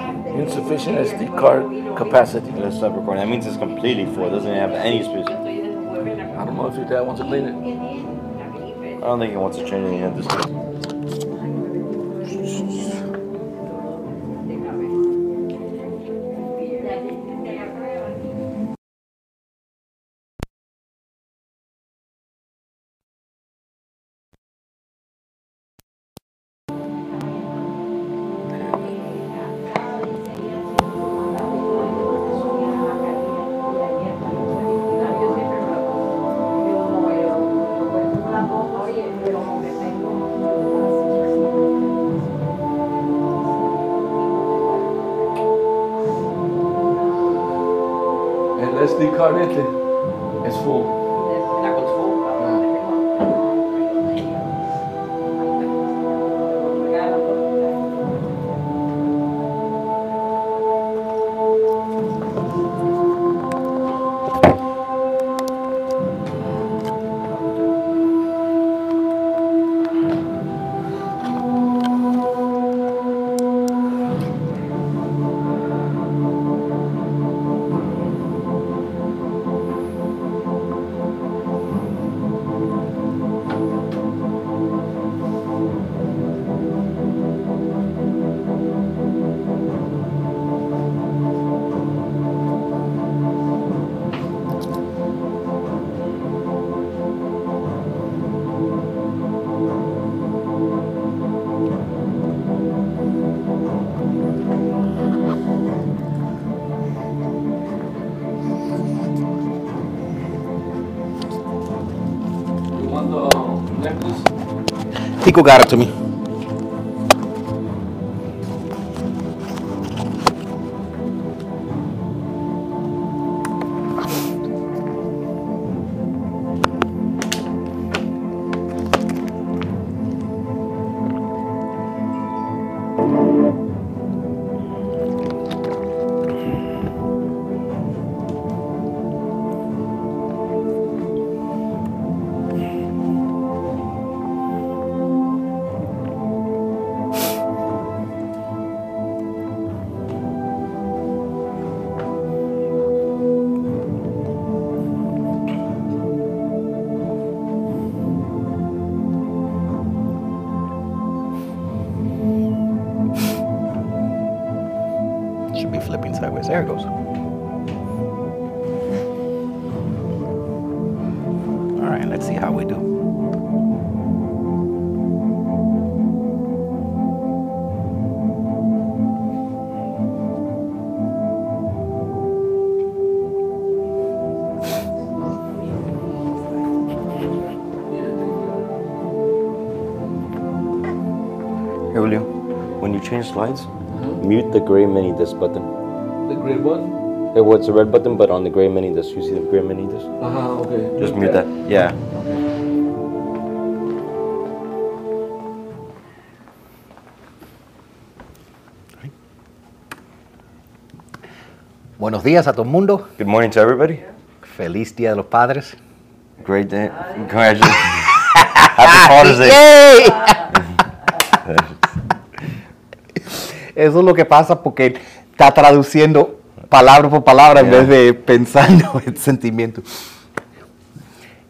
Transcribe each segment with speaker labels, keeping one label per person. Speaker 1: insufficient SD card capacity.
Speaker 2: Let's stop recording. That means it's completely full. It doesn't have any space.
Speaker 1: I don't know if your dad wants to clean it.
Speaker 2: I don't think he wants to change anything at this point.
Speaker 1: And SD card in there. It's full. You want the um, necklace?
Speaker 2: Tico got it to me. Should be flipping sideways. There it goes. All right, let's see how we do. Here, Julio, when you change slides, mute the gray mini disc button.
Speaker 1: The gray one?
Speaker 2: It, well, it's a red button, but on the gray mini disc, you see the gray mini disc?
Speaker 1: Uh huh, okay.
Speaker 2: Just mute that. Yeah.
Speaker 3: Buenos días a todo el mundo.
Speaker 2: Good morning to everybody.
Speaker 3: Feliz Día de los Padres.
Speaker 2: Great day. Congratulations. Happy Father's Day.
Speaker 3: ¡Yay! Eso es lo que pasa porque está traduciendo palabra por palabra
Speaker 2: Yeah.
Speaker 3: en vez de pensando en sentimiento.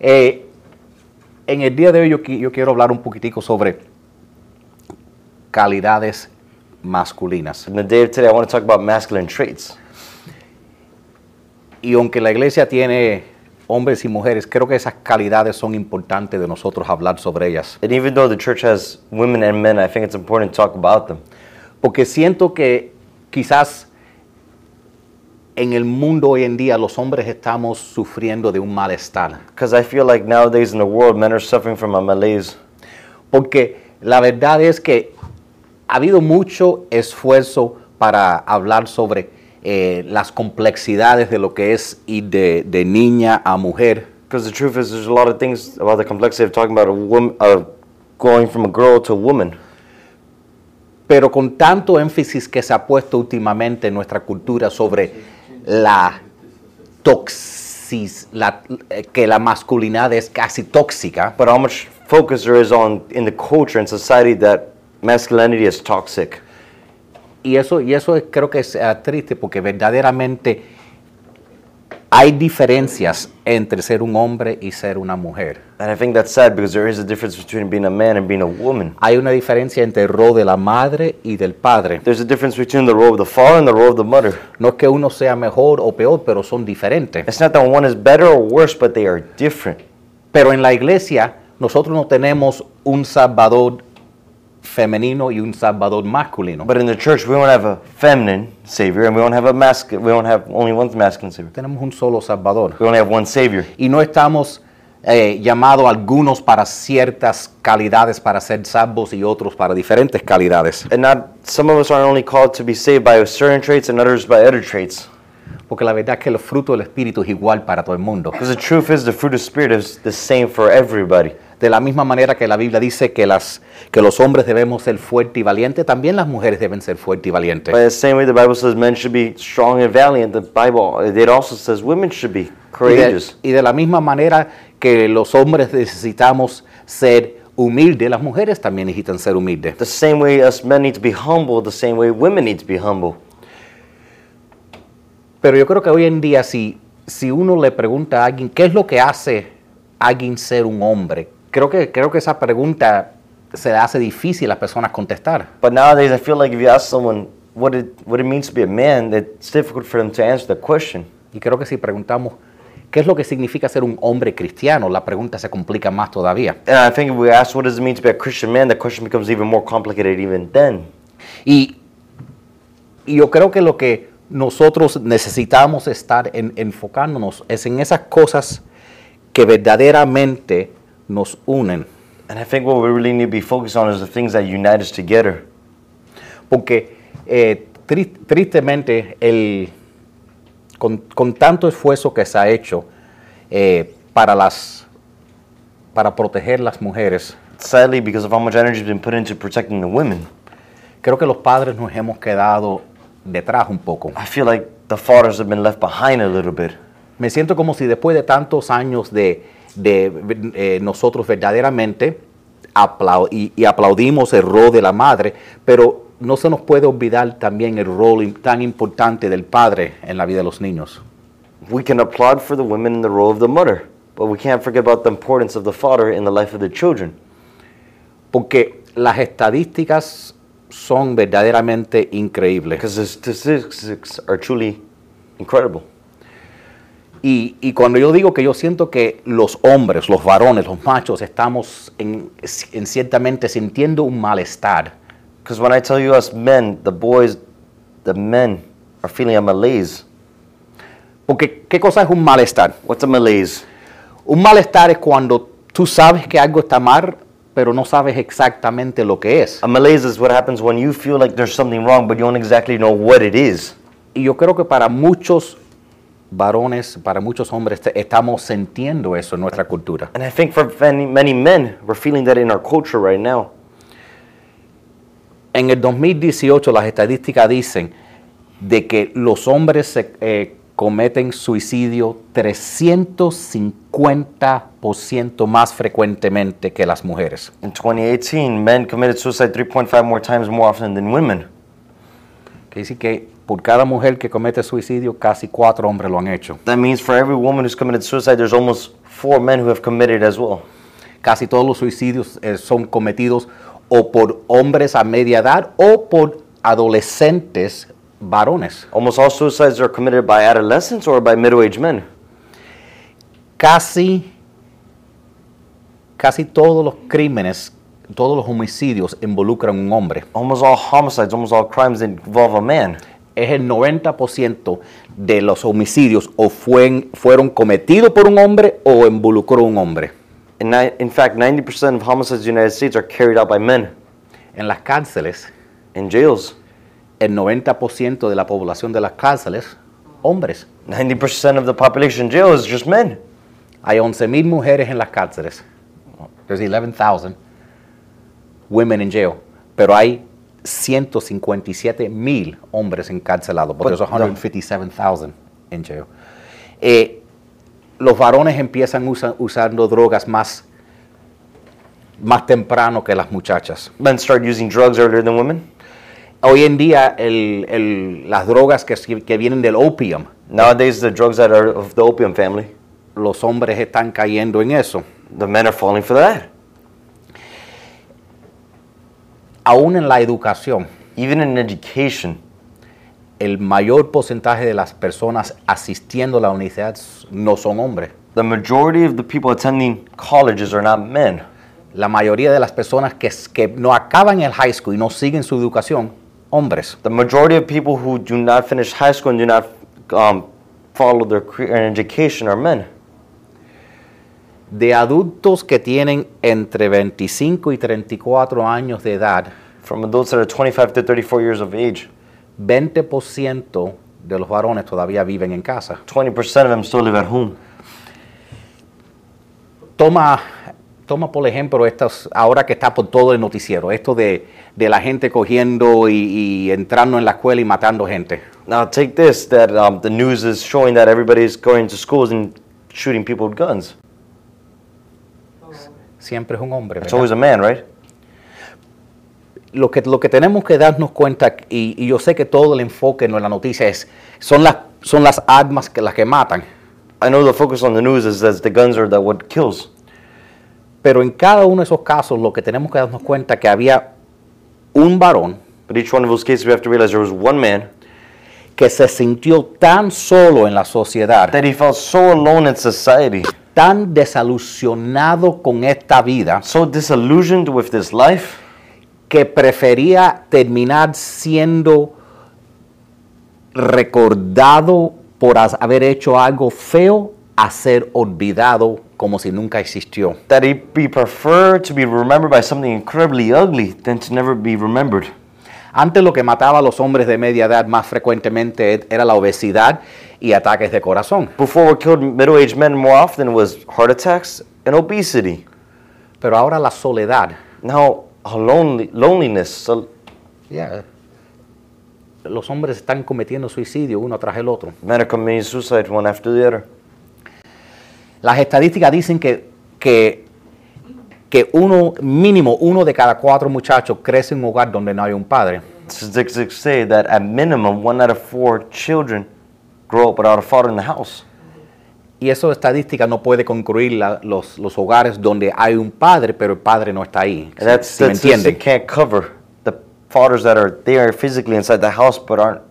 Speaker 3: Eh, en el día de hoy yo, qui- yo quiero hablar un poquitico sobre calidades masculinas.
Speaker 2: In the day of today, I want to talk about masculine traits.
Speaker 3: Y aunque la iglesia tiene hombres y mujeres, creo que esas calidades son importantes de nosotros hablar sobre ellas.
Speaker 2: And even though the church has women and men, I think it's important to talk about them.
Speaker 3: Porque siento que quizás en el mundo hoy en día los hombres estamos sufriendo de un malestar.
Speaker 2: Because I feel like nowadays in the world, men are suffering from a malaise.
Speaker 3: Porque la verdad es que ha habido mucho esfuerzo para hablar sobre eh, las complejidades de lo que es ir de, de niña a mujer.
Speaker 2: Because the truth is, there's a lot of things about the complexity of talking about a woman, uh, going from a girl to a woman.
Speaker 3: Pero con tanto énfasis que se ha puesto últimamente en nuestra cultura sobre la toxis, la- eh, que la masculinidad es casi tóxica.
Speaker 2: But how much focus there is on in the culture and society that masculinity is toxic.
Speaker 3: y eso, y eso es- creo que es eh, triste porque verdaderamente hay diferencias entre ser un hombre y ser una mujer.
Speaker 2: And I think that's sad because there is a difference between being a man and being a woman.
Speaker 3: Hay una diferencia entre el rol de la madre y del padre.
Speaker 2: There's a difference between the role of the father and the role of the mother.
Speaker 3: No es que uno sea mejor o peor, pero son diferentes.
Speaker 2: It's not that one is better or worse, but they are different.
Speaker 3: Pero en la iglesia nosotros no tenemos un salvador femenino y un salvador masculino.
Speaker 2: But in the church, we don't have a feminine savior, and we don't have a masculine. We don't have only one masculine savior.
Speaker 3: Tenemos un solo salvador.
Speaker 2: We only have one savior.
Speaker 3: y no estamos eh, llamados algunos para ciertas calidades para ser salvos y otros para diferentes calidades.
Speaker 2: And not some of us aren't only called to be saved by certain traits, and others by other traits.
Speaker 3: Porque la verdad es que el fruto del Espíritu es igual para todo el mundo.
Speaker 2: Because the truth is, the fruit of spirit is the same for everybody.
Speaker 3: De la misma manera que la Biblia dice que, las, que los hombres debemos ser fuertes y valientes, también las mujeres deben ser fuertes y
Speaker 2: By
Speaker 3: valientes.
Speaker 2: the same way, the Bible says men should be strong and valiant. The Bible it also says women should be
Speaker 3: Y de,
Speaker 2: courageous.
Speaker 3: y de la misma manera que los hombres necesitamos ser humildes, las mujeres también necesitan ser humildes.
Speaker 2: The same way us men need to be humble, the same way women need to be humble.
Speaker 3: Pero yo creo que hoy en día, si, si uno le pregunta a alguien qué es lo que hace a alguien ser un hombre, creo que, creo que esa pregunta se le hace difícil a las personas contestar.
Speaker 2: But nowadays, I feel like if you ask someone what it what it means to be a man, it's difficult for them to answer the question.
Speaker 3: Y creo que si preguntamos qué es lo que significa ser un hombre cristiano, la pregunta se complica más todavía.
Speaker 2: And I think if we ask what does it mean to be a Christian man, the question becomes even more complicated even then.
Speaker 3: Y, y yo creo que lo que nosotros necesitamos estar en- enfocándonos es en esas cosas que verdaderamente nos unen.
Speaker 2: And I think what we really need to be focused on is the things that unite us together.
Speaker 3: porque eh, tri- tristemente el- con, con tanto esfuerzo que se ha hecho eh, para las para proteger las mujeres,
Speaker 2: Sadly, because of how much energy has been put into protecting the women,
Speaker 3: creo que los padres nos hemos quedado detrás un poco.
Speaker 2: I feel like the fathers have been left behind a little bit.
Speaker 3: Me siento como si después de tantos años de, de, eh, nosotros verdaderamente aplau- y, y aplaudimos el rol de la madre, pero no se nos puede olvidar también el rol im- tan importante del padre en la vida de los niños.
Speaker 2: We can applaud for the women in the role of the mother, but we can't forget about the importance of the father in the life of the children.
Speaker 3: Porque las estadísticas son verdaderamente increíbles.
Speaker 2: Because the statistics are truly incredible.
Speaker 3: Y, y cuando yo digo que yo siento que los hombres, los varones, los machos, estamos en, en ciertamente sintiendo un malestar,
Speaker 2: Because when I tell you us men, the boys, the men are feeling a malaise.
Speaker 3: porque ¿qué cosa es un malestar?
Speaker 2: What's a malaise?
Speaker 3: Un malestar es cuando tú sabes que algo está mal, pero no sabes exactamente lo que es.
Speaker 2: A malaise is what happens when you feel like there's something wrong, but you don't exactly know what it is.
Speaker 3: Y yo creo que para muchos varones, para muchos hombres, te- estamos sintiendo eso en nuestra cultura.
Speaker 2: And I think for many, many men, we're feeling that in our culture right now.
Speaker 3: En el 2018 las estadísticas dicen de que los hombres se, eh, cometen suicidio 350% más frecuentemente que las mujeres.
Speaker 2: In 2018, men committed suicide 3.5 more times more often than women.
Speaker 3: Que decir que por cada mujer que comete suicidio, casi cuatro hombres lo han hecho.
Speaker 2: That means for every woman who's committed suicide, there's almost four men who have committed as well.
Speaker 3: Casi todos los suicidios eh, son cometidos o por hombres a media edad o por adolescentes varones.
Speaker 2: Almost all suicides are committed by adolescents or by middle aged men.
Speaker 3: casi, casi todos los crímenes, todos los homicidios involucran a un hombre.
Speaker 2: Almost all homicides, almost all crimes involve a man.
Speaker 3: Es el 90% de los homicidios o fuen- fueron cometidos por un hombre o involucró un hombre.
Speaker 2: And ni- in fact, 90% of homicides in the United States are carried out by men
Speaker 3: En las cárceles,
Speaker 2: in jails.
Speaker 3: el 90% de la población de las cárceles, hombres.
Speaker 2: 90% of the population in jail is just men.
Speaker 3: Hay 11.000 mujeres en las cárceles. There's 11,000 women in jail. Pero hay 157,000 hombres encarcelados. But
Speaker 2: But
Speaker 3: there's
Speaker 2: the-
Speaker 3: 157,000 in jail. Eh, los varones empiezan usa- usando drogas más, más temprano que las muchachas.
Speaker 2: Men start using drugs earlier than women.
Speaker 3: hoy en día el- el- las drogas que, si- que vienen del opium,
Speaker 2: Nowadays, the drugs that are of the opium family,
Speaker 3: los hombres están cayendo en eso.
Speaker 2: the men are falling for that.
Speaker 3: Aún en la educación,
Speaker 2: Even in education,
Speaker 3: el mayor porcentaje de las personas asistiendo a la universidad s- no son hombres.
Speaker 2: the majority of the people attending colleges are not men.
Speaker 3: La mayoría de las personas que, s- que no acaban el high school y no siguen su educación, hombres.
Speaker 2: The majority of people who do not finish high school and do not um, follow their career and education are men.
Speaker 3: De adultos que tienen entre 25 y 34 años de edad,
Speaker 2: From adults that are 25 to 34 years of age,
Speaker 3: 20% de los varones todavía viven en casa.
Speaker 2: 20% of them still live at home.
Speaker 3: Toma, toma por ejemplo, estas, ahora que está por todo el noticiero, esto de, de la gente cogiendo y, y entrando en la escuela y matando gente.
Speaker 2: Now take this: that um, the news is showing that everybody's going to schools and shooting people with guns.
Speaker 3: Siempre es un hombre.
Speaker 2: It's
Speaker 3: ¿verdad?
Speaker 2: always a man, right?
Speaker 3: Lo que, lo que tenemos que darnos cuenta, y, y yo sé que todo el enfoque en la noticia es, son las, son las armas que las que matan,
Speaker 2: I know the focus on the news is that the guns are that what kills,
Speaker 3: pero en cada uno de esos casos lo que tenemos que darnos cuenta que había un varón
Speaker 2: but each one of those cases we have to realize there was one man
Speaker 3: que se sintió tan solo en la sociedad
Speaker 2: that he felt so alone in society,
Speaker 3: tan desilusionado con esta vida
Speaker 2: so disillusioned with this life
Speaker 3: que prefería terminar siendo recordado por has- haber hecho algo feo a ser olvidado como si nunca existió.
Speaker 2: that he, he preferred to be remembered by something incredibly ugly than to never be remembered.
Speaker 3: Antes lo que mataba a los hombres de media edad más frecuentemente e- era la obesidad y ataques de corazón.
Speaker 2: Before, what killed middle-aged men more often was heart attacks and obesity.
Speaker 3: Pero ahora la soledad,
Speaker 2: Now, a lonely, loneliness. So
Speaker 3: los hombres están cometiendo suicidio uno tras el otro.
Speaker 2: men are committing suicide one after the other.
Speaker 3: Las estadísticas dicen que, que, que uno, mínimo uno de cada cuatro muchachos crece en un hogar donde no hay un padre.
Speaker 2: Statistics say that at minimum, one out of four children grow up without a father in the house.
Speaker 3: Y esa estadística no puede concluir la- los, los hogares donde hay un padre, pero el padre no está ahí.
Speaker 2: And that
Speaker 3: ¿Sí- sí me
Speaker 2: statistic
Speaker 3: entienden?
Speaker 2: can't cover the fathers that are there physically inside the house but aren't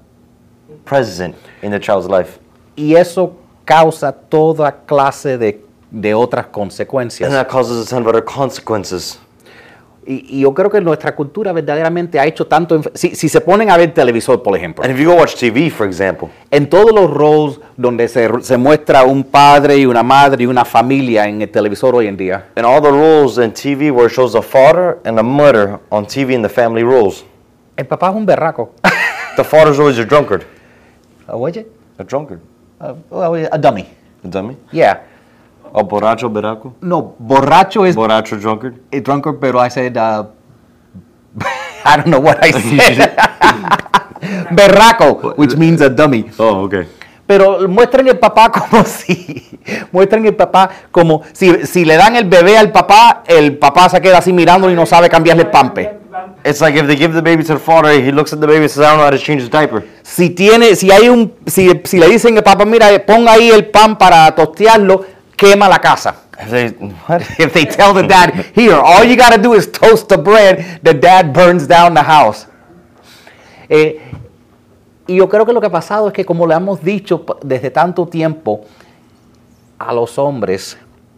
Speaker 2: present in the child's life.
Speaker 3: Y eso causa toda clase de, de otras
Speaker 2: And
Speaker 3: consecuencias.
Speaker 2: that causes a ton of other consequences.
Speaker 3: Y, y yo creo que nuestra cultura verdaderamente ha hecho tanto... enf- Si, si se ponen a ver televisor, por ejemplo,
Speaker 2: And if you go watch TV, for example,
Speaker 3: En todos los roles donde se, se muestra un padre y una madre y una familia en el televisor hoy en día,
Speaker 2: in all the roles in TV where it shows a father and a mother on TV in the family roles,
Speaker 3: el papá es un berraco.
Speaker 2: the father's always a drunkard.
Speaker 3: Oye,
Speaker 2: A drunkard.
Speaker 3: Ah, a dummy.
Speaker 2: A dummy?
Speaker 3: Yeah.
Speaker 2: A borracho beraco?
Speaker 3: No, borracho es
Speaker 2: Borracho drunkard?
Speaker 3: a drunkard, pero I said, uh, I don't know what I said. berraco, which means a dummy.
Speaker 2: Oh, okay.
Speaker 3: Pero muestren el papá como si, muestren el papá como si, si le dan el bebé al papá, el papá se queda así mirando y no sabe cambiarle el pampe.
Speaker 2: It's like if they give the baby to the father, he looks at the baby and says, I don't know how to change the diaper.
Speaker 3: Si tiene, si hay un, si, si le dicen al papá, mira, eh, ponga ahí el pan para tostearlo, quema la casa.
Speaker 2: If they, what?
Speaker 3: If they tell the dad, here, all you gotta do is toast the bread, the dad burns down the house. Eh, y yo creo que lo que ha pasado es que como le hemos dicho p- desde tanto tiempo a los hombres,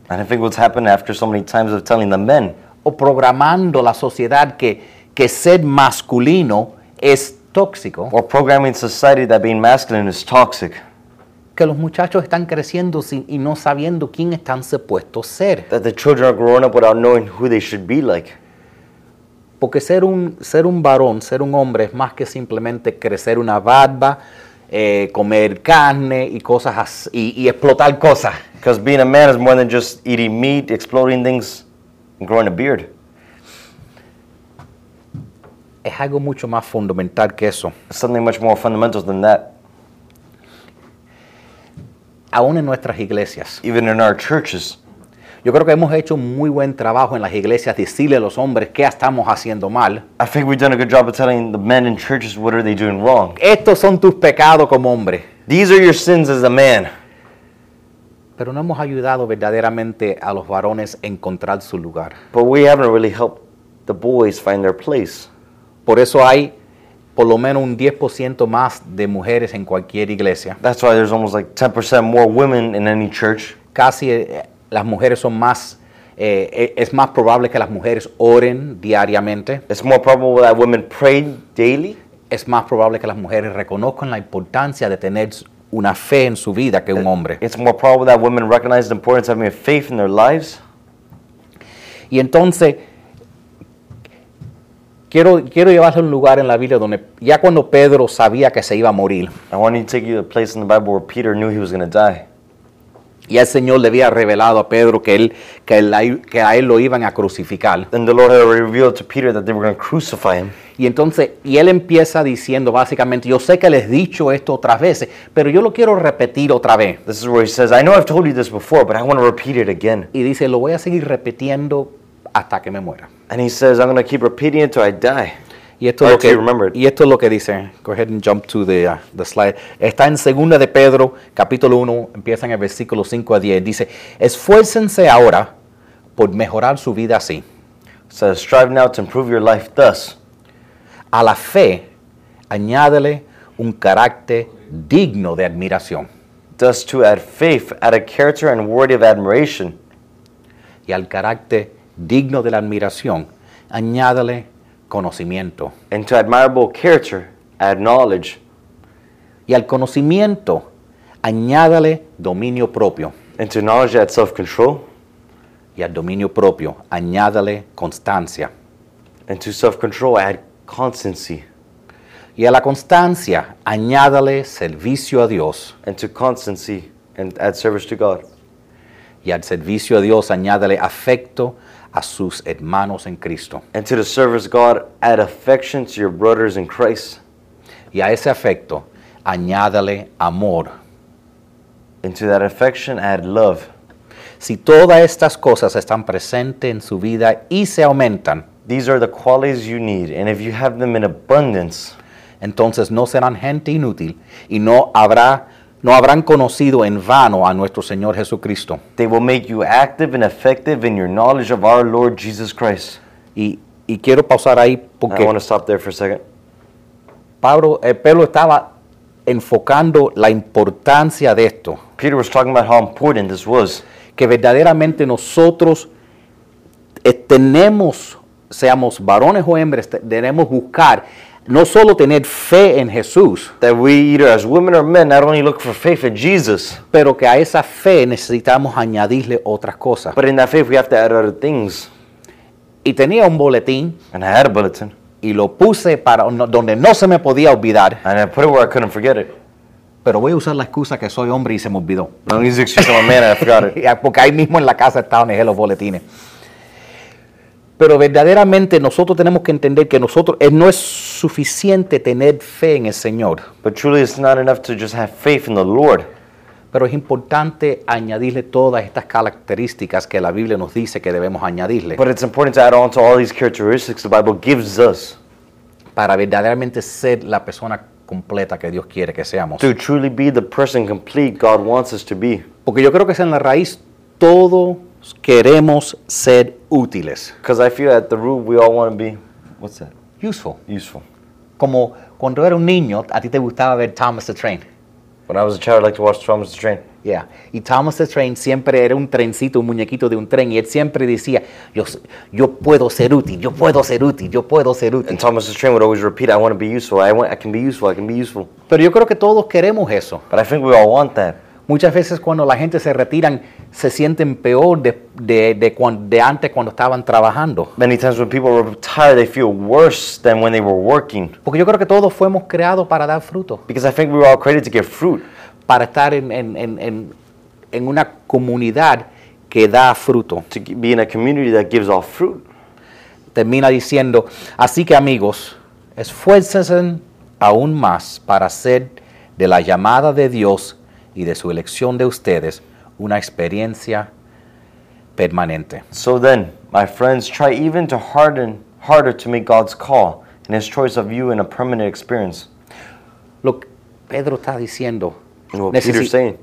Speaker 2: And I think what's happened after so many times of telling the men
Speaker 3: o programando la sociedad que, que ser masculino es tóxico,
Speaker 2: or programming society that being masculine is toxic,
Speaker 3: que los muchachos están creciendo sin, y no sabiendo quién están supuestos ser.
Speaker 2: that the children are growing up without knowing who they should be like.
Speaker 3: Porque ser un, ser un varón, ser un hombre es más que simplemente crecer una barba, eh, comer carne y cosas así, y, y explotar cosas.
Speaker 2: Because being a man is more than just eating meat, exploding things, and growing a beard.
Speaker 3: Es algo mucho más fundamental que eso.
Speaker 2: It's something much more fundamental than that,
Speaker 3: Aún en nuestras iglesias.
Speaker 2: even in our churches.
Speaker 3: Yo creo que hemos hecho un muy buen trabajo en las iglesias decirle a los hombres qué estamos haciendo mal.
Speaker 2: I think we've done a good job of telling the men in churches what are they doing wrong.
Speaker 3: Estos son tus pecados como hombre.
Speaker 2: These are your sins as a man.
Speaker 3: Pero no hemos ayudado verdaderamente a los varones a encontrar su lugar.
Speaker 2: But we haven't really helped the boys find their place.
Speaker 3: Por eso hay por lo menos un 10% más de mujeres en cualquier iglesia.
Speaker 2: That's why there's almost like 10% more women in any church.
Speaker 3: Casi eh, las mujeres son más, eh, eh, es más probable que las mujeres oren diariamente.
Speaker 2: It's more probable that women pray daily.
Speaker 3: Es más probable que las mujeres reconozcan la importancia de tener una fe en su vida que
Speaker 2: Eh,
Speaker 3: un hombre.
Speaker 2: It's more probable that women recognize the importance of having faith in their lives.
Speaker 3: Y entonces, quiero, quiero llevarse a un lugar en la Biblia donde ya cuando Pedro sabía que se iba a morir,
Speaker 2: I want you to take you to a place in the Bible where Peter knew he was going to die.
Speaker 3: ya el Señor le había revelado a Pedro que, él, que, él la- que a él lo iban a crucificar.
Speaker 2: Then the Lord had already revealed to Peter that they were going to crucify him.
Speaker 3: Y entonces, y él empieza diciendo básicamente, yo sé que les he dicho esto otras veces, pero yo lo quiero repetir otra vez.
Speaker 2: This is where he says, I know I've told you this before, but I want to repeat it again.
Speaker 3: Y dice, lo voy a seguir repitiendo hasta que me muera.
Speaker 2: And he says, I'm going to keep repeating it until I die.
Speaker 3: Y esto, es lo
Speaker 2: Archie,
Speaker 3: que,
Speaker 2: remember it.
Speaker 3: y esto es lo que dice. Go ahead and jump to the, uh, the slide. Está en segunda de Pedro, capítulo 1, empieza en el versículo 5 a 10. Dice, esfuércense ahora por mejorar su vida
Speaker 2: It
Speaker 3: así.
Speaker 2: says, Strive now to improve your life thus.
Speaker 3: A la fe, añádele un carácter digno de admiración.
Speaker 2: Thus to add faith, add a character and worthy of admiration.
Speaker 3: Y al carácter digno de la admiración, añádele conocimiento.
Speaker 2: And to admirable character, add knowledge.
Speaker 3: Y al conocimiento, añádale dominio propio.
Speaker 2: And to knowledge, add self control.
Speaker 3: Y al dominio propio, añádale constancia.
Speaker 2: And to self control, add constancy.
Speaker 3: Y a la constancia, añádale servicio a Dios.
Speaker 2: And to constancy, and add service to God.
Speaker 3: Y al servicio a Dios, añádale afecto a sus hermanos en Cristo.
Speaker 2: And to the service of God, add affection to your brothers in Christ.
Speaker 3: Y a ese afecto, añádale amor.
Speaker 2: And to that affection, add love.
Speaker 3: Si todas estas cosas están presentes en su vida y se aumentan,
Speaker 2: These are the qualities you need, and if you have them in abundance,
Speaker 3: entonces no serán gente inútil y no habrá no habrán conocido en vano a nuestro Señor Jesucristo.
Speaker 2: they will make you active and effective in your knowledge of our Lord Jesus Christ.
Speaker 3: Y, y quiero pausar ahí porque
Speaker 2: I want to stop there for a second.
Speaker 3: Pablo, eh, Pedro estaba enfocando la importancia de esto,
Speaker 2: Peter was talking about how important this was,
Speaker 3: que verdaderamente nosotros eh, tenemos, seamos varones o hembres, te- debemos buscar no solo tener fe en Jesús,
Speaker 2: that we either as women or men not only look for faith in Jesus,
Speaker 3: pero que a esa fe necesitamos añadirle otras cosas.
Speaker 2: but in that faith we have to add other things.
Speaker 3: Y tenía un boletín
Speaker 2: And I had a bulletin,
Speaker 3: y lo puse para no- donde no se me podía olvidar,
Speaker 2: and I put it where I couldn't forget it.
Speaker 3: pero voy a usar la excusa que soy hombre y se me olvidó.
Speaker 2: No use the excuse I'm a man and I forgot it.
Speaker 3: Ya, porque ahí mismo en la casa estaban dejé los boletines. Pero verdaderamente nosotros tenemos que entender que nosotros eh, no es suficiente tener fe en el Señor,
Speaker 2: But truly, it's not enough to just have faith in the Lord.
Speaker 3: pero es importante añadirle todas estas características que la Biblia nos dice que debemos añadirle
Speaker 2: But it's important to add on to all these characteristics the Bible gives us
Speaker 3: para verdaderamente ser la persona completa que Dios quiere que seamos.
Speaker 2: to truly be the person complete God wants us to be.
Speaker 3: Porque yo creo que es en la raíz todos queremos ser útiles.
Speaker 2: Because I feel at the root we all want to be. What's that?
Speaker 3: Useful.
Speaker 2: Useful.
Speaker 3: Como cuando era un niño, a ti te gustaba ver Thomas the Train.
Speaker 2: When I was a child, I liked to watch Thomas the Train.
Speaker 3: Yeah. Y Thomas the Train siempre era un trencito, un muñequito de un tren, y él siempre decía, yo, s- yo puedo ser útil, yo puedo ser útil, yo puedo ser útil.
Speaker 2: And Thomas the Train would always repeat, "I want to be useful. I want. I can be useful. I can be useful."
Speaker 3: Pero yo creo que todos queremos eso.
Speaker 2: But I think we all want that.
Speaker 3: Muchas veces cuando la gente se retiran, se sienten peor de, de, de cuan- de antes cuando estaban trabajando.
Speaker 2: Many times when people retire, they feel worse than when they were working.
Speaker 3: Porque yo creo que todos fuimos creados para dar fruto,
Speaker 2: Because I think we were all created to get fruit,
Speaker 3: para estar en, en- en- en- en una comunidad que da fruto.
Speaker 2: to g- be in a community that gives off fruit.
Speaker 3: termina diciendo, así que amigos, esfuércense aún más para hacer de la llamada de Dios y de su elección de ustedes una experiencia permanente.
Speaker 2: So then, my friends, try even to harden harder to make God's call and his choice of you in a permanent experience.
Speaker 3: Lo que Pedro está diciendo
Speaker 2: And what
Speaker 3: necesi-
Speaker 2: Peter's saying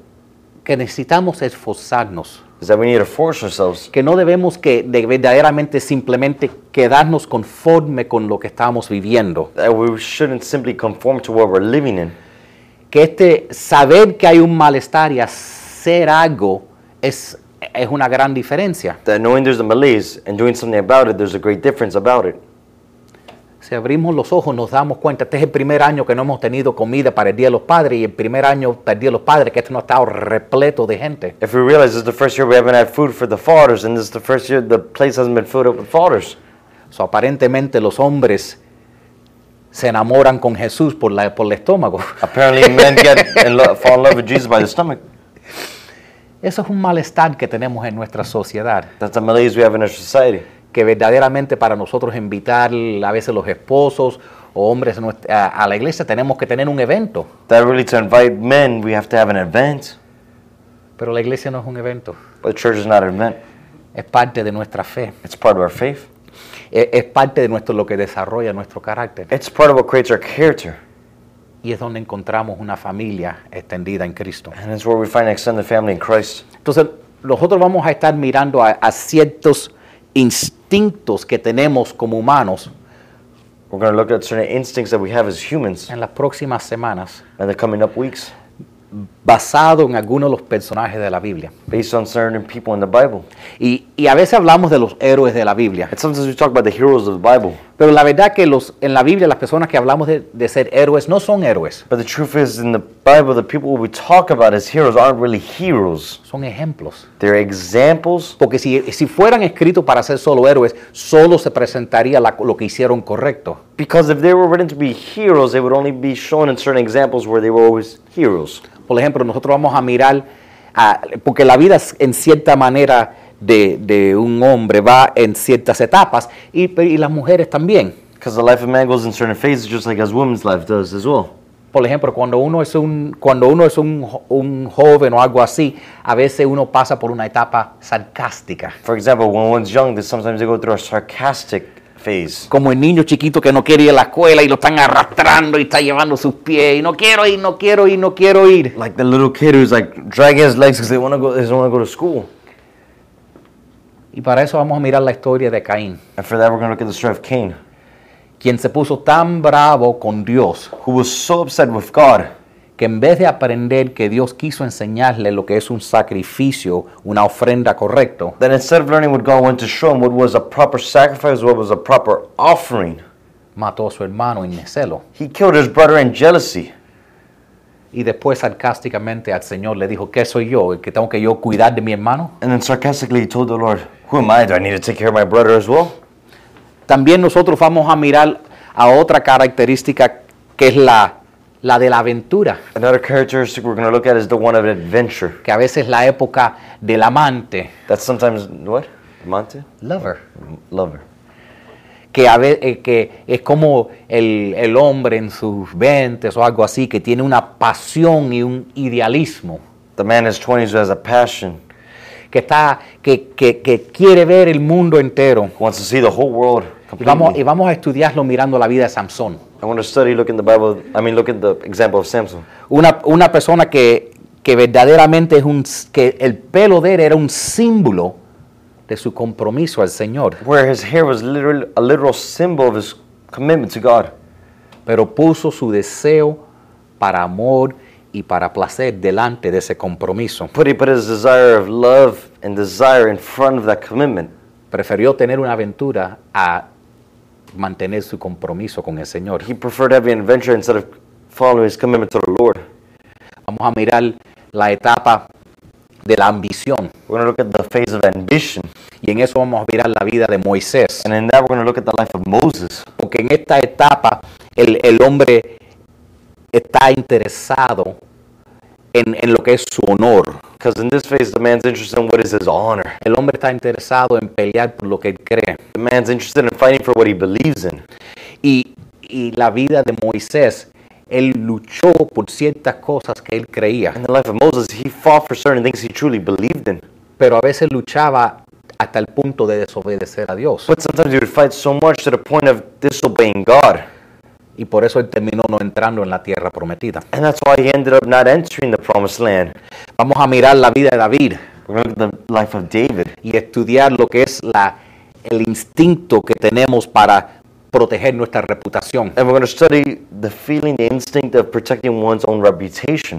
Speaker 3: que necesitamos esforzarnos,
Speaker 2: is that we need to force ourselves.
Speaker 3: que no debemos que de- verdaderamente simplemente quedarnos conforme con lo que estamos viviendo,
Speaker 2: That we shouldn't simply conform to what we're living in.
Speaker 3: que este saber que hay un malestar y hacer algo es, es una gran diferencia.
Speaker 2: That knowing there's a malaise and doing something about it, there's a great difference about it.
Speaker 3: Si abrimos los ojos nos damos cuenta, este es el primer año que no hemos tenido comida para el Día de los Padres y el primer año para el Día de los Padres que esto no ha estado repleto de gente.
Speaker 2: If we realize this is the first year we haven't had food for the fathers, and this is the first year the place hasn't been filled up with fathers.
Speaker 3: So, aparentemente los hombres se enamoran con Jesús por, la- por el estómago.
Speaker 2: Apparently, men get in lo- fall in love with Jesus by the stomach.
Speaker 3: Eso es un malestar que tenemos en nuestra sociedad,
Speaker 2: That's a malaise we have in our society.
Speaker 3: que verdaderamente para nosotros invitar a veces los esposos o hombres a nuestra- a, a la iglesia tenemos que tener un evento,
Speaker 2: That really to invite men, we have to have an event.
Speaker 3: pero la iglesia no es un evento,
Speaker 2: But church is not an event.
Speaker 3: es parte de nuestra fe,
Speaker 2: It's part of our faith.
Speaker 3: e- es, parte de nuestro, lo que desarrolla nuestro carácter
Speaker 2: It's part of what creates our character.
Speaker 3: y es donde encontramos una familia extendida en Cristo.
Speaker 2: And it's where we find an extended family in Christ.
Speaker 3: Entonces, nosotros vamos a estar mirando a, a ciertos instintos que tenemos como humanos
Speaker 2: We're going to look at certain instincts that we have as humans
Speaker 3: en las próximas semanas,
Speaker 2: in the coming up weeks
Speaker 3: basado en algunos de los personajes de la Biblia.
Speaker 2: based on certain people in the Bible.
Speaker 3: Y, y a veces hablamos de los héroes de la Biblia,
Speaker 2: And sometimes we talk about the heroes of the Bible.
Speaker 3: pero la verdad que los, en la Biblia las personas que hablamos de, de ser héroes no son héroes,
Speaker 2: But the truth is, in the Bible, the people we talk about as heroes aren't really heroes.
Speaker 3: son ejemplos.
Speaker 2: They're examples.
Speaker 3: Porque si, si fueran escritos para ser solo héroes, solo se presentaría la- lo que hicieron correcto.
Speaker 2: Because if they were written to be heroes, they would only be shown in certain examples where they were always heroes.
Speaker 3: Por ejemplo, nosotros vamos a mirar, a- porque la vida es, en cierta manera de, de un hombre va en ciertas etapas y, pe- y las mujeres también.
Speaker 2: Because the life of man goes in certain phases, just like as woman's life does as well.
Speaker 3: Por ejemplo, cuando uno es un, cuando uno es un, jo- un joven o algo así, a veces uno pasa por una etapa sarcástica.
Speaker 2: For example, when one's young, they sometimes they go through a sarcastic phase.
Speaker 3: Como el niño chiquito que no quiere ir a la escuela y lo están arrastrando y está llevando sus pies y no quiero ir, no quiero ir, no quiero ir.
Speaker 2: Like the little kid who's like dragging his legs because they want to go, they don't want to go to school.
Speaker 3: Y para eso vamos a mirar la historia de Caín,
Speaker 2: And for that, we're going to look at the story of Cain,
Speaker 3: quien se puso tan bravo con Dios
Speaker 2: who was so upset with God
Speaker 3: que en vez de aprender que Dios quiso enseñarle lo que es un sacrificio, una ofrenda correcto,
Speaker 2: that instead of learning what God wanted to show him, what was a proper sacrifice, what was a proper offering,
Speaker 3: mató a su hermano en celo.
Speaker 2: he killed his brother in jealousy.
Speaker 3: Y después sarcásticamente al Señor le dijo, ¿qué soy yo? ¿El que tengo que yo cuidar de mi hermano?
Speaker 2: And then sarcastically, he told the Lord, Who am I? Do I need to take care of my brother as well?
Speaker 3: También nosotros vamos a mirar a otra característica que es la, la de la aventura,
Speaker 2: Another characteristic we're going to look at is the one of adventure.
Speaker 3: que a veces la época del amante,
Speaker 2: That's sometimes what? Amante?
Speaker 3: lover,
Speaker 2: Lover.
Speaker 3: que, a ve- eh, que es como el, el hombre en sus 20 o algo así, que tiene una pasión y un idealismo.
Speaker 2: The man in his 20s who has a passion,
Speaker 3: que está que, que- que quiere ver el mundo entero.
Speaker 2: who wants to see the whole world
Speaker 3: Y vamos,
Speaker 2: completely.
Speaker 3: y vamos a estudiarlo mirando la vida de Samson.
Speaker 2: I want to study, look in the Bible, I mean, look at the example of Samson.
Speaker 3: Una, una persona que, que verdaderamente es un s- que el pelo de él era un símbolo de su compromiso al Señor,
Speaker 2: Where his hair was literally a literal symbol of his commitment to God.
Speaker 3: pero puso su deseo para amor y para placer delante de ese compromiso.
Speaker 2: But he put his desire of love and desire in front of that commitment.
Speaker 3: Prefirió tener una aventura a mantener su compromiso con el Señor.
Speaker 2: He preferred having an adventure instead of following his commitment to the Lord.
Speaker 3: Vamos a mirar la etapa de la ambición.
Speaker 2: We're going to look at the phase of ambition.
Speaker 3: Y en eso vamos a mirar la vida de Moisés.
Speaker 2: And in that, we're going to look at the life of Moses.
Speaker 3: Porque en esta etapa el, el hombre está interesado en, en lo que es su honor.
Speaker 2: Because in this phase, the man's interested in what is his honor.
Speaker 3: El hombre está interesado en pelear por lo que él cree.
Speaker 2: The man's interested in fighting for what he believes in.
Speaker 3: Y, y la vida de Moisés, él luchó por ciertas cosas que él creía,
Speaker 2: In the life of Moses, he fought for certain things he truly believed in.
Speaker 3: pero a veces luchaba hasta el punto de desobedecer a Dios.
Speaker 2: But sometimes he would fight so much to the point of disobeying God.
Speaker 3: Y por eso él terminó no entrando en la tierra prometida.
Speaker 2: And that's why he ended up not entering the promised land.
Speaker 3: Vamos a mirar la vida de David
Speaker 2: We're going to look at the life of David
Speaker 3: y estudiar lo que es la, el instinto que tenemos para proteger nuestra reputación.
Speaker 2: and we're going to study the feeling, the instinct of protecting one's own reputation.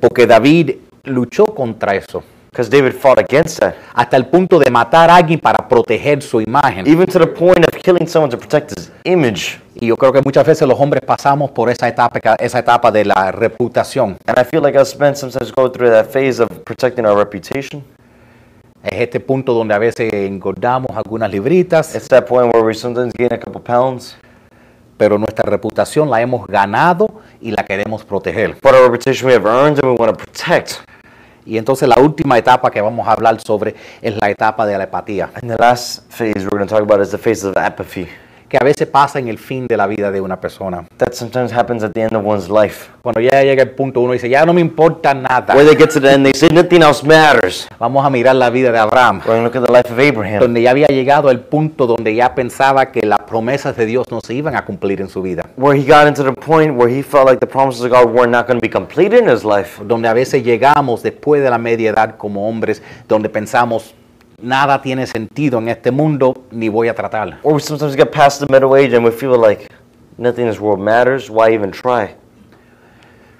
Speaker 3: Porque David luchó contra eso,
Speaker 2: Because David fought against that,
Speaker 3: hasta el punto de matar a alguien para proteger su imagen.
Speaker 2: even to the point of killing someone to protect his image.
Speaker 3: Y yo creo que muchas veces los hombres pasamos por esa etapa, esa etapa de la reputación.
Speaker 2: And I feel like us men sometimes go through that phase of protecting our reputation.
Speaker 3: Es este punto donde a veces engordamos algunas libritas,
Speaker 2: It's that point where we sometimes gain a couple pounds,
Speaker 3: pero nuestra reputación la hemos ganado y la queremos proteger.
Speaker 2: but our reputation we have earned and we want to protect.
Speaker 3: Y entonces la última etapa que vamos a hablar sobre es la etapa de la apatía,
Speaker 2: And the last phase we're going to talk about is the phase of apathy.
Speaker 3: que a veces pasa en el fin de la vida de una persona.
Speaker 2: That sometimes happens at the end of one's life.
Speaker 3: Cuando ya llega el punto uno dice, ya no me importa nada.
Speaker 2: Where they get to the end, they say nothing else matters.
Speaker 3: Vamos a mirar la vida de Abraham,
Speaker 2: We're going to look at the life of Abraham,
Speaker 3: donde ya había llegado al punto donde ya pensaba que las promesas de Dios no se iban a cumplir en su vida.
Speaker 2: where he got into the point where he felt like the promises of God were not going to be completed in his life.
Speaker 3: Donde a veces llegamos después de la media edad como hombres, donde pensamos, nada tiene sentido en este mundo, ni voy a tratar.
Speaker 2: Or we sometimes get past the middle age and we feel like nothing in this world matters. Why even try?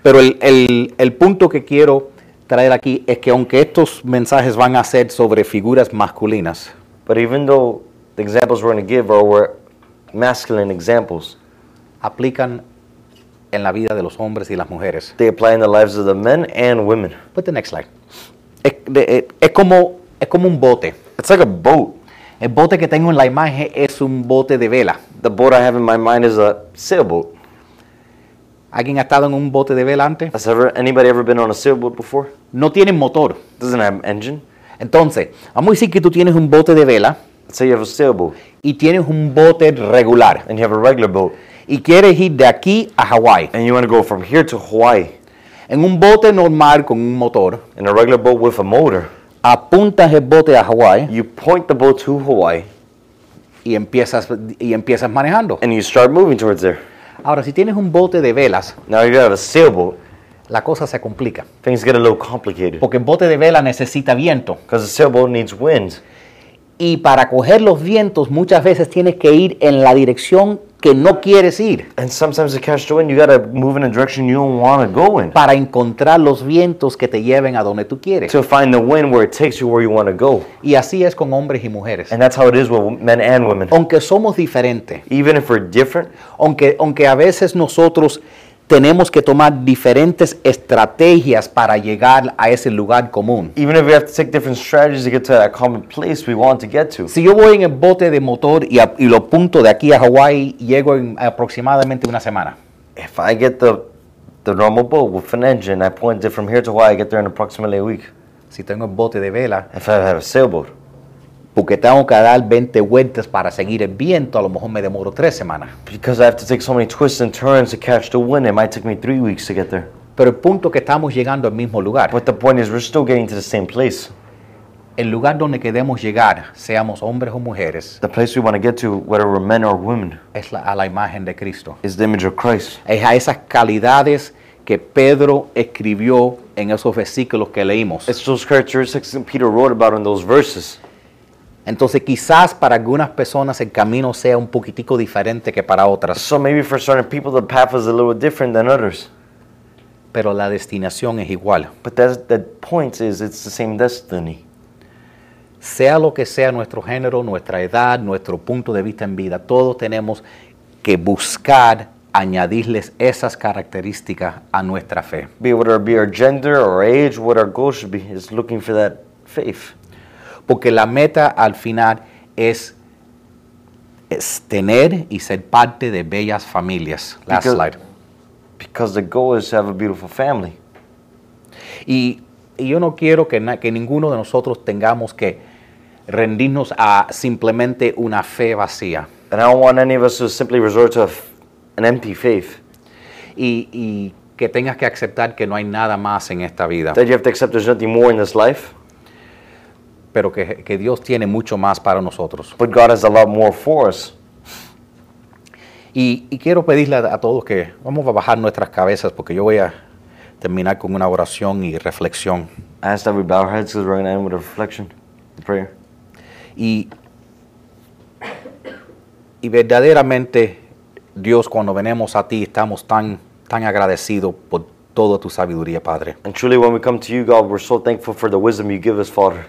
Speaker 3: Pero el, el- el punto que quiero traer aquí es que aunque estos mensajes van a ser sobre figuras masculinas,
Speaker 2: But even though the examples we're going to give are were masculine examples,
Speaker 3: aplican en la vida de los hombres y las mujeres.
Speaker 2: they apply in the lives of the men and women.
Speaker 3: Put the next slide. Es, de- eh, es como, es como un bote.
Speaker 2: It's like a boat.
Speaker 3: El bote que tengo en la imagen es un bote de vela.
Speaker 2: The boat I have in my mind is a sailboat.
Speaker 3: ¿Alguien ha estado en un bote de vela antes?
Speaker 2: Has ever anybody ever been on a sailboat before?
Speaker 3: No tienen motor.
Speaker 2: Doesn't have an engine.
Speaker 3: Entonces, vamos a decir que tú tienes un bote de vela
Speaker 2: Let's say you have a sailboat
Speaker 3: y tienes un bote regular
Speaker 2: and you have a regular boat
Speaker 3: y quieres ir de aquí a Hawái.
Speaker 2: and you want to go from here to Hawaii
Speaker 3: En un bote normal con un motor,
Speaker 2: in a regular boat with a motor.
Speaker 3: apuntas el bote a Hawái
Speaker 2: You point the boat to Hawaii
Speaker 3: y empiezas, y empiezas manejando.
Speaker 2: and you start moving towards there.
Speaker 3: Ahora, si tienes un bote de velas,
Speaker 2: Now you have a sailboat.
Speaker 3: la cosa se complica.
Speaker 2: Things get a little complicated
Speaker 3: Porque el bote de vela necesita viento.
Speaker 2: because the sailboat needs wind.
Speaker 3: Y para coger los vientos muchas veces tienes que ir en la dirección que no quieres ir
Speaker 2: And sometimes to catch the wind, you gotta move in a direction you don't want to go in
Speaker 3: para encontrar los vientos que te lleven a donde tú quieres.
Speaker 2: to find the wind where it takes you where you want to go.
Speaker 3: Y así es con hombres y mujeres.
Speaker 2: And that's how it is with men and women.
Speaker 3: Aunque somos diferentes,
Speaker 2: Even if we're different,
Speaker 3: aunque, aunque a veces nosotros tenemos que tomar diferentes estrategias para llegar a ese lugar común.
Speaker 2: even if we have to take different strategies to get to that common place we want to get to.
Speaker 3: Si yo voy en el bote de motor y, a- y lo punto de aquí a Hawái, llego en aproximadamente una semana.
Speaker 2: If I get the the normal boat with an engine, I point it from here to Hawaii, I get there in approximately a week.
Speaker 3: Si tengo el bote de vela,
Speaker 2: If I have a sailboat,
Speaker 3: porque tengo que dar 20 vueltas para seguir el viento, a lo mejor me demoro tres semanas.
Speaker 2: because I have to take so many twists and turns to catch the wind, it might take me three weeks to get there.
Speaker 3: Pero el punto que estamos llegando al mismo lugar,
Speaker 2: But the point is, we're still getting to the same place.
Speaker 3: el lugar donde queremos llegar, seamos hombres o mujeres,
Speaker 2: The place we want to get to, whether we're men or women,
Speaker 3: es la- a la imagen de Cristo.
Speaker 2: is the image of Christ.
Speaker 3: Es a esas calidades que Pedro escribió en esos versículos que leímos.
Speaker 2: It's those characteristics that Peter wrote about in those verses.
Speaker 3: Entonces quizás para algunas personas el camino sea un poquitico diferente que para otras,
Speaker 2: So maybe for certain people, the path is a little different than others.
Speaker 3: pero la destinación es igual.
Speaker 2: But that's, the point is, it's the same destiny.
Speaker 3: sea lo que sea nuestro género, nuestra edad, nuestro punto de vista en vida, todos tenemos que buscar añadirles esas características a nuestra fe.
Speaker 2: Be it whether it be our gender or age, what our goal should be is looking for that faith.
Speaker 3: Porque la meta al final es, es tener y ser parte de bellas familias. Last
Speaker 2: Because-
Speaker 3: slide.
Speaker 2: Because the goal is to have a beautiful family.
Speaker 3: Y, y yo no quiero que, na- que ninguno de nosotros tengamos que rendirnos a simplemente una fe vacía.
Speaker 2: And I don't want any of us to simply resort to a f- an empty faith.
Speaker 3: Y, y que tengas que aceptar que no hay nada más en esta vida.
Speaker 2: That you have to accept there's nothing more in this life.
Speaker 3: pero que, que Dios tiene mucho más para nosotros.
Speaker 2: But God has a lot more for us.
Speaker 3: Y, y quiero pedirle a, a todos que vamos a bajar nuestras cabezas porque yo voy a terminar con una oración y reflexión.
Speaker 2: I ask that we bow our heads because we're going to end with a reflection, the prayer.
Speaker 3: Y, y verdaderamente, Dios, cuando venimos a ti, estamos tan, tan agradecidos por toda tu sabiduría, Padre.
Speaker 2: And truly, when we come to you, God, we're so thankful for the wisdom you give us, Father.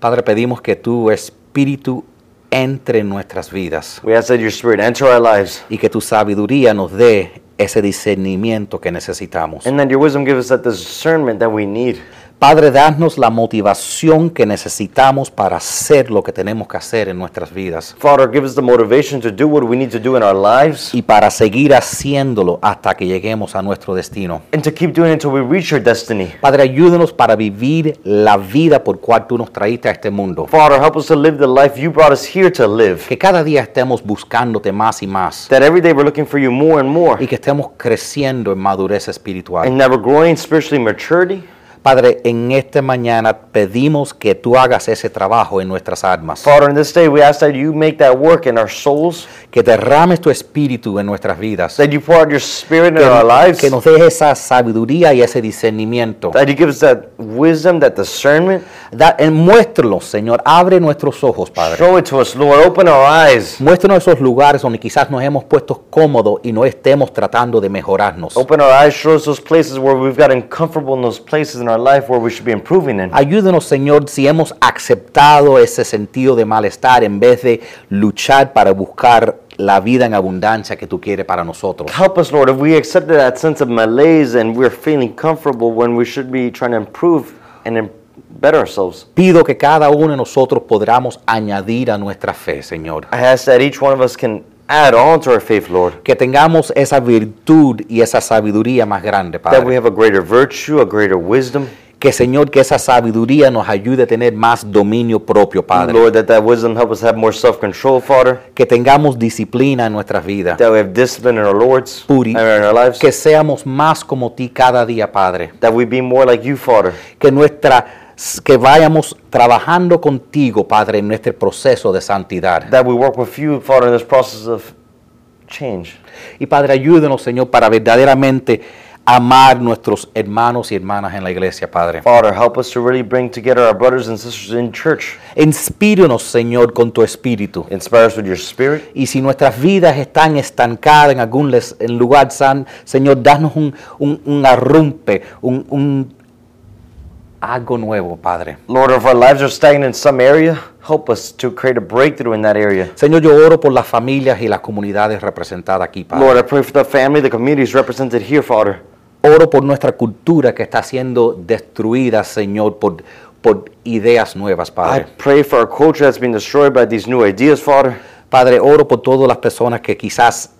Speaker 3: Padre, pedimos que tu espíritu entre en nuestras vidas
Speaker 2: We ask that your spirit enter our lives
Speaker 3: y que tu sabiduría nos dé ese discernimiento que necesitamos.
Speaker 2: and that your wisdom give us that discernment that we need.
Speaker 3: Padre, danos la motivación que necesitamos para hacer lo que tenemos que hacer en nuestras vidas
Speaker 2: Father, give us the motivation to do what we need to do in our lives
Speaker 3: y para seguir haciéndolo hasta que lleguemos a nuestro destino.
Speaker 2: and to keep doing it until we reach our destiny.
Speaker 3: Padre, ayúdanos para vivir la vida por cual tú nos traíste a este mundo.
Speaker 2: Father, help us to live the life you brought us here to live.
Speaker 3: Que cada día estemos buscándote más y más
Speaker 2: That every day we're looking for you more and more,
Speaker 3: y que estemos creciendo en madurez espiritual.
Speaker 2: and that we're growing spiritually in maturity.
Speaker 3: Padre, en esta mañana pedimos que tú hagas ese trabajo en nuestras almas,
Speaker 2: Father, in this day we ask that you make that work in our souls,
Speaker 3: que derrames tu espíritu en nuestras vidas,
Speaker 2: that you pour out your spirit in our
Speaker 3: que,
Speaker 2: lives,
Speaker 3: que nos des esa sabiduría y ese discernimiento.
Speaker 2: that you give us that wisdom, that discernment.
Speaker 3: Da- eh, muéstralo, Señor, abre nuestros ojos, Padre.
Speaker 2: Show it to us, Lord. Open our eyes.
Speaker 3: Muéstranos esos lugares donde quizás nos hemos puesto cómodos y no estemos tratando de mejorarnos.
Speaker 2: Open our eyes. Show us those places where we've gotten comfortable in those places in our life where we should be improving in.
Speaker 3: Ayúdenos, Señor, si hemos aceptado ese sentido de malestar en vez de luchar para buscar la vida en abundancia que tú quieres para nosotros.
Speaker 2: Help us, Lord, if we accepted that sense of malaise and we're feeling comfortable when we should be trying to improve and im- better ourselves.
Speaker 3: Pido que cada uno de nosotros podamos añadir a nuestra fe, Señor.
Speaker 2: I ask that each one of us can add on to our faith, Lord.
Speaker 3: Que tengamos esa virtud y esa sabiduría más grande,
Speaker 2: That we
Speaker 3: Padre.
Speaker 2: have a greater virtue, a greater wisdom.
Speaker 3: Que, Señor, que esa sabiduría nos ayude a tener más dominio propio, Padre.
Speaker 2: Lord, that that wisdom help us have more self-control, Father.
Speaker 3: Que tengamos disciplina en nuestras vidas.
Speaker 2: That we have discipline in our Lord's
Speaker 3: Puri.
Speaker 2: and in our lives.
Speaker 3: Que seamos más como ti cada día, Padre.
Speaker 2: That we be more like you, Father.
Speaker 3: que nuestra que vayamos trabajando contigo, Padre, en nuestro proceso de santidad.
Speaker 2: That we work with you, Father, in this process of change.
Speaker 3: Y Padre, ayúdenos, Señor, para verdaderamente amar nuestros hermanos y hermanas en la iglesia, Padre.
Speaker 2: Father, help us to really bring together our brothers and sisters in church.
Speaker 3: Inspírenos, Señor, con tu espíritu.
Speaker 2: Inspire us with your spirit.
Speaker 3: Y si nuestras vidas están estancadas en algún les- en lugar, san, Señor, danos un, un, un arrumpe, un, un algo nuevo, Padre.
Speaker 2: Lord, if our lives are stagnant in some area, help us to create a breakthrough in that area.
Speaker 3: Señor, yo oro por las familias y las comunidades representadas aquí, Padre.
Speaker 2: Lord, I pray for the family, the communities represented here, Father.
Speaker 3: Oro por nuestra cultura que está siendo destruida, Señor, por, por ideas nuevas,
Speaker 2: I
Speaker 3: Padre.
Speaker 2: pray for our culture that's been destroyed by these new ideas, Father.
Speaker 3: Padre, oro por todas las personas que quizás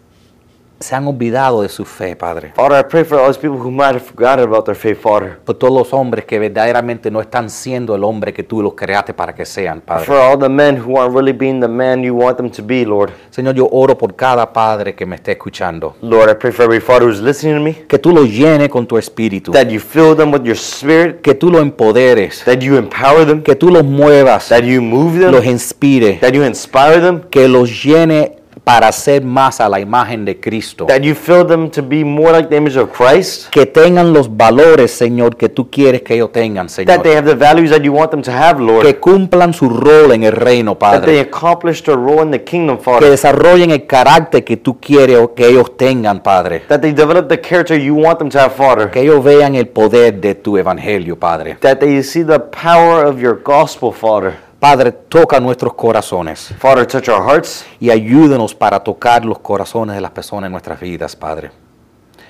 Speaker 3: se han olvidado de su fe, Padre.
Speaker 2: Father, I pray for all those people who might have forgotten about their faith, Father.
Speaker 3: Por todos los hombres que verdaderamente no están siendo el hombre que tú los creaste para que sean,
Speaker 2: For
Speaker 3: Padre.
Speaker 2: all the men who aren't really being the man you want them to be, Lord.
Speaker 3: Señor, yo oro por cada padre que me esté escuchando.
Speaker 2: Lord, I pray for every father who's listening to me,
Speaker 3: Que tú lo llenes con tu espíritu.
Speaker 2: that you fill them with your spirit,
Speaker 3: Que tú lo empoderes.
Speaker 2: that you empower them,
Speaker 3: Que tú los muevas.
Speaker 2: that you move them,
Speaker 3: Los inspires.
Speaker 2: that you inspire them,
Speaker 3: Que los llene para ser más a la imagen de Cristo.
Speaker 2: that you fill them to be more like the image of Christ,
Speaker 3: que tengan los valores, Señor, que tú quieres que ellos tengan,
Speaker 2: that they
Speaker 3: Señor.
Speaker 2: have the values that you want them to have, Lord,
Speaker 3: Que cumplan su rol en el reino,
Speaker 2: that they
Speaker 3: Padre.
Speaker 2: accomplish their role in the kingdom,
Speaker 3: Que
Speaker 2: Father,
Speaker 3: desarrollen el carácter que tú quieres o- que ellos tengan, Padre.
Speaker 2: that they develop the character you want them to have, Father,
Speaker 3: Que ellos vean el poder de tu evangelio, Padre.
Speaker 2: that they see the power of your gospel, Father.
Speaker 3: Padre, toca nuestros corazones
Speaker 2: Father, touch our hearts
Speaker 3: y ayúdanos para tocar los corazones de las personas en nuestras vidas, Padre.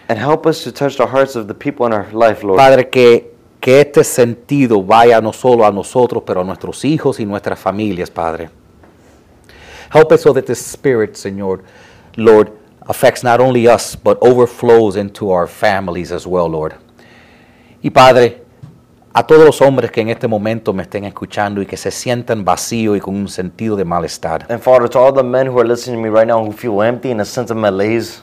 Speaker 2: and help us to touch the hearts of the people in our life, Lord.
Speaker 3: Padre, que, que este sentido vaya no solo a nosotros, pero a nuestros hijos y nuestras familias, Padre. Help us so that this spirit, Señor, Lord, affects not only us, but overflows into our families as well, Lord. Y Padre, a todos los hombres que en este momento me estén escuchando y que se sientan vacíos y con un sentido de malestar,
Speaker 2: And Father, to all the men who are listening to me right now who feel empty in a sense of malaise,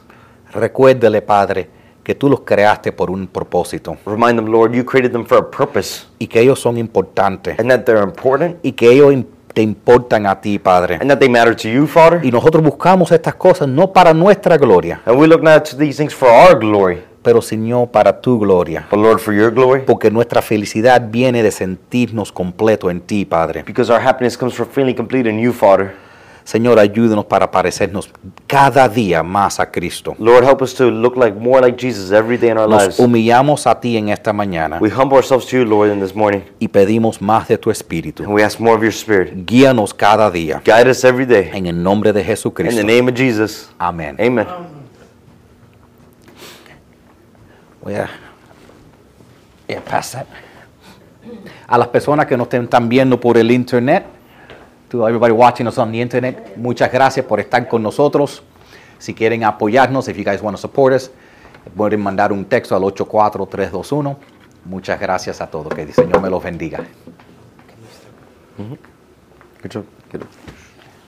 Speaker 3: recuérdele, Padre, que tú los creaste por un propósito
Speaker 2: Remind them, Lord, you created them for a purpose
Speaker 3: y que ellos son importantes
Speaker 2: and that they're important
Speaker 3: y que ellos im- te importan a ti, Padre.
Speaker 2: and that they matter to you, Father.
Speaker 3: Y nosotros buscamos estas cosas no para nuestra gloria,
Speaker 2: And we look not to these things for our glory,
Speaker 3: pero sino para tu gloria.
Speaker 2: but Lord, for your glory.
Speaker 3: Porque nuestra felicidad viene de sentirnos completo en ti, Padre.
Speaker 2: Because our happiness comes from feeling complete in you, Father.
Speaker 3: Señor, ayúdanos para parecernos cada día más a Cristo.
Speaker 2: Lord, help us to look like more like Jesus every day in our
Speaker 3: Nos
Speaker 2: lives.
Speaker 3: humillamos a ti en esta mañana
Speaker 2: We humble ourselves to you, Lord, in this morning,
Speaker 3: y pedimos más de tu
Speaker 2: and
Speaker 3: espíritu.
Speaker 2: we ask more of your spirit.
Speaker 3: Guíanos cada día.
Speaker 2: Guide us every day.
Speaker 3: En el nombre de
Speaker 2: In
Speaker 3: Jesucristo.
Speaker 2: the name of Jesus.
Speaker 3: Amén.
Speaker 2: Amen.
Speaker 3: Voy a, voy a pasar. A las personas que nos estén- están viendo por el internet, to everybody watching us on the internet, muchas gracias por estar con nosotros. Si quieren apoyarnos, if you guys want to support us, pueden mandar un texto al 84321. Muchas gracias a todos. Que el Señor me los bendiga.
Speaker 2: Good job. Good job.